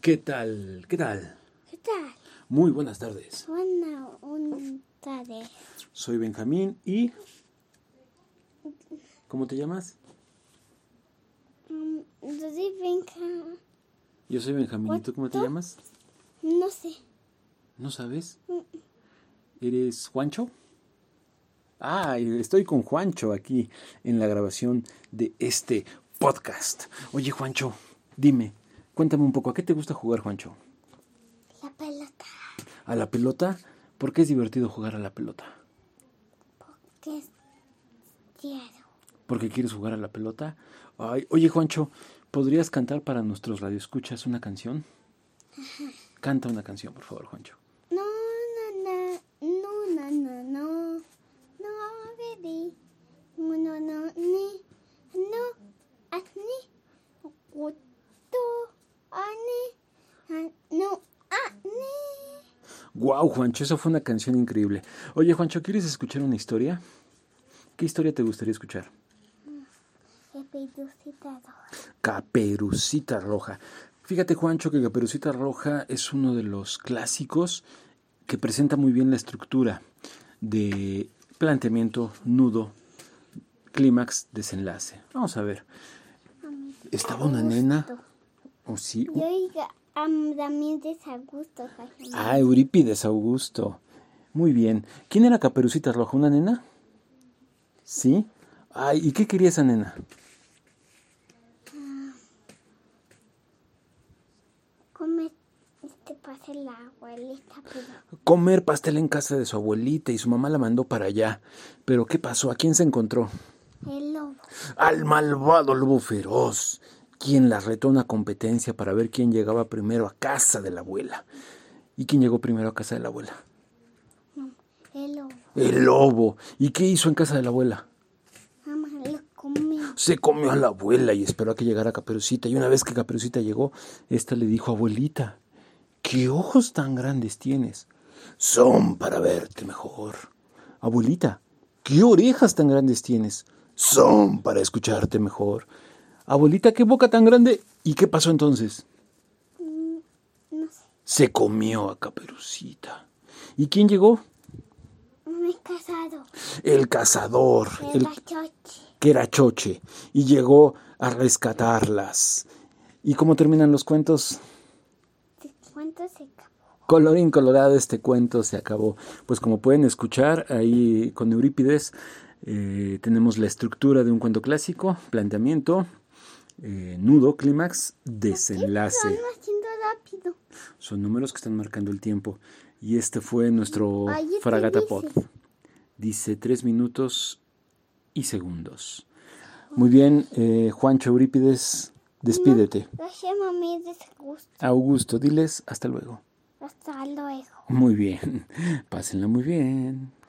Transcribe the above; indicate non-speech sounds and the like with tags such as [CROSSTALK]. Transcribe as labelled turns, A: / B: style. A: ¿Qué tal? ¿Qué tal?
B: ¿Qué tal?
A: Muy buenas tardes.
B: Buena un tarde.
A: Soy Benjamín y... ¿Cómo te llamas?
B: Mm, yo soy Benja.
A: Yo soy Benjamín. ¿Y tú cómo te
B: ¿Cuánto?
A: llamas?
B: No sé.
A: ¿No sabes?
B: Mm.
A: ¿Eres Juancho? Ah, y estoy con Juancho aquí en la grabación de este podcast. Oye, Juancho, dime, cuéntame un poco, ¿a qué te gusta jugar, Juancho?
B: La pelota.
A: ¿A la pelota? ¿Por qué es divertido jugar a la pelota?
B: Porque es tierno.
A: ¿Porque quieres jugar a la pelota? Ay, oye, Juancho, ¿podrías cantar para nuestros radioescuchas una canción? Canta una canción, por favor, Juancho.
B: No, no, no. No, no, no, no. No, baby. No, no, no, ni. No, a ni. Gusto, a ni. a- ah, No, a ni.
A: ¡Guau, Juancho! Esa fue una canción increíble. Oye, Juancho, ¿quieres escuchar una historia? ¿Qué historia te gustaría escuchar?
B: Repeducitador.
A: Caperucita Roja. Fíjate, Juancho, que Caperucita Roja es uno de los clásicos que presenta muy bien la estructura de planteamiento, nudo, clímax, desenlace. Vamos a ver. Estaba una nena. ¿O sí?
B: Yo oiga, am- también desagusto, Benjamín.
A: Ah, Eurípides Augusto. Muy bien. ¿Quién era Caperucita Roja? ¿Una nena? ¿Sí? Ay, ¿y qué quería esa nena?
B: Come este pase la abuelita, pero
A: comer pastel en casa de su abuelita y su mamá la mandó para allá. Pero ¿qué pasó? ¿A quién se encontró?
B: el lobo.
A: Al malvado lobo feroz, quien la retó a una competencia para ver quién llegaba primero a casa de la abuela. ¿Y quién llegó primero a casa de la abuela?
B: El lobo.
A: El lobo. ¿Y qué hizo en casa de la abuela?
B: Mamá lo comió.
A: Se comió a la abuela y esperó a que llegara Caperucita. Y una vez que Caperucita llegó, esta le dijo, abuelita, ¿qué ojos tan grandes tienes? Son para verte mejor. Abuelita, ¿qué orejas tan grandes tienes? Son para escucharte mejor. Abuelita, ¿qué boca tan grande? ¿Y qué pasó entonces?
B: Mm, No sé.
A: Se comió a Caperucita. ¿Y quién llegó?
B: Me he casado.
A: El cazador,
B: El
A: el
B: gachoche.
A: que era Choche, y llegó a rescatarlas. ¿Y cómo terminan los cuentos?
B: ¿Cuánto se acabó?
A: Colorín colorado, este cuento se acabó. Pues como pueden escuchar, ahí con Eurípides eh, tenemos la estructura de un cuento clásico, planteamiento, eh, nudo, clímax, desenlace.
B: Están haciendo rápido.
A: Son números que están marcando el tiempo. Y este fue nuestro
B: Ahí te
A: Fragata
B: dice.
A: Pod. Dice tres minutos y segundos. Muy bien, eh, Juancho Eurípides, despídete.
B: Gracias, mami. Desagusto.
A: Augusto, diles hasta luego.
B: Hasta luego.
A: Muy bien, [LAUGHS] pásenla muy bien.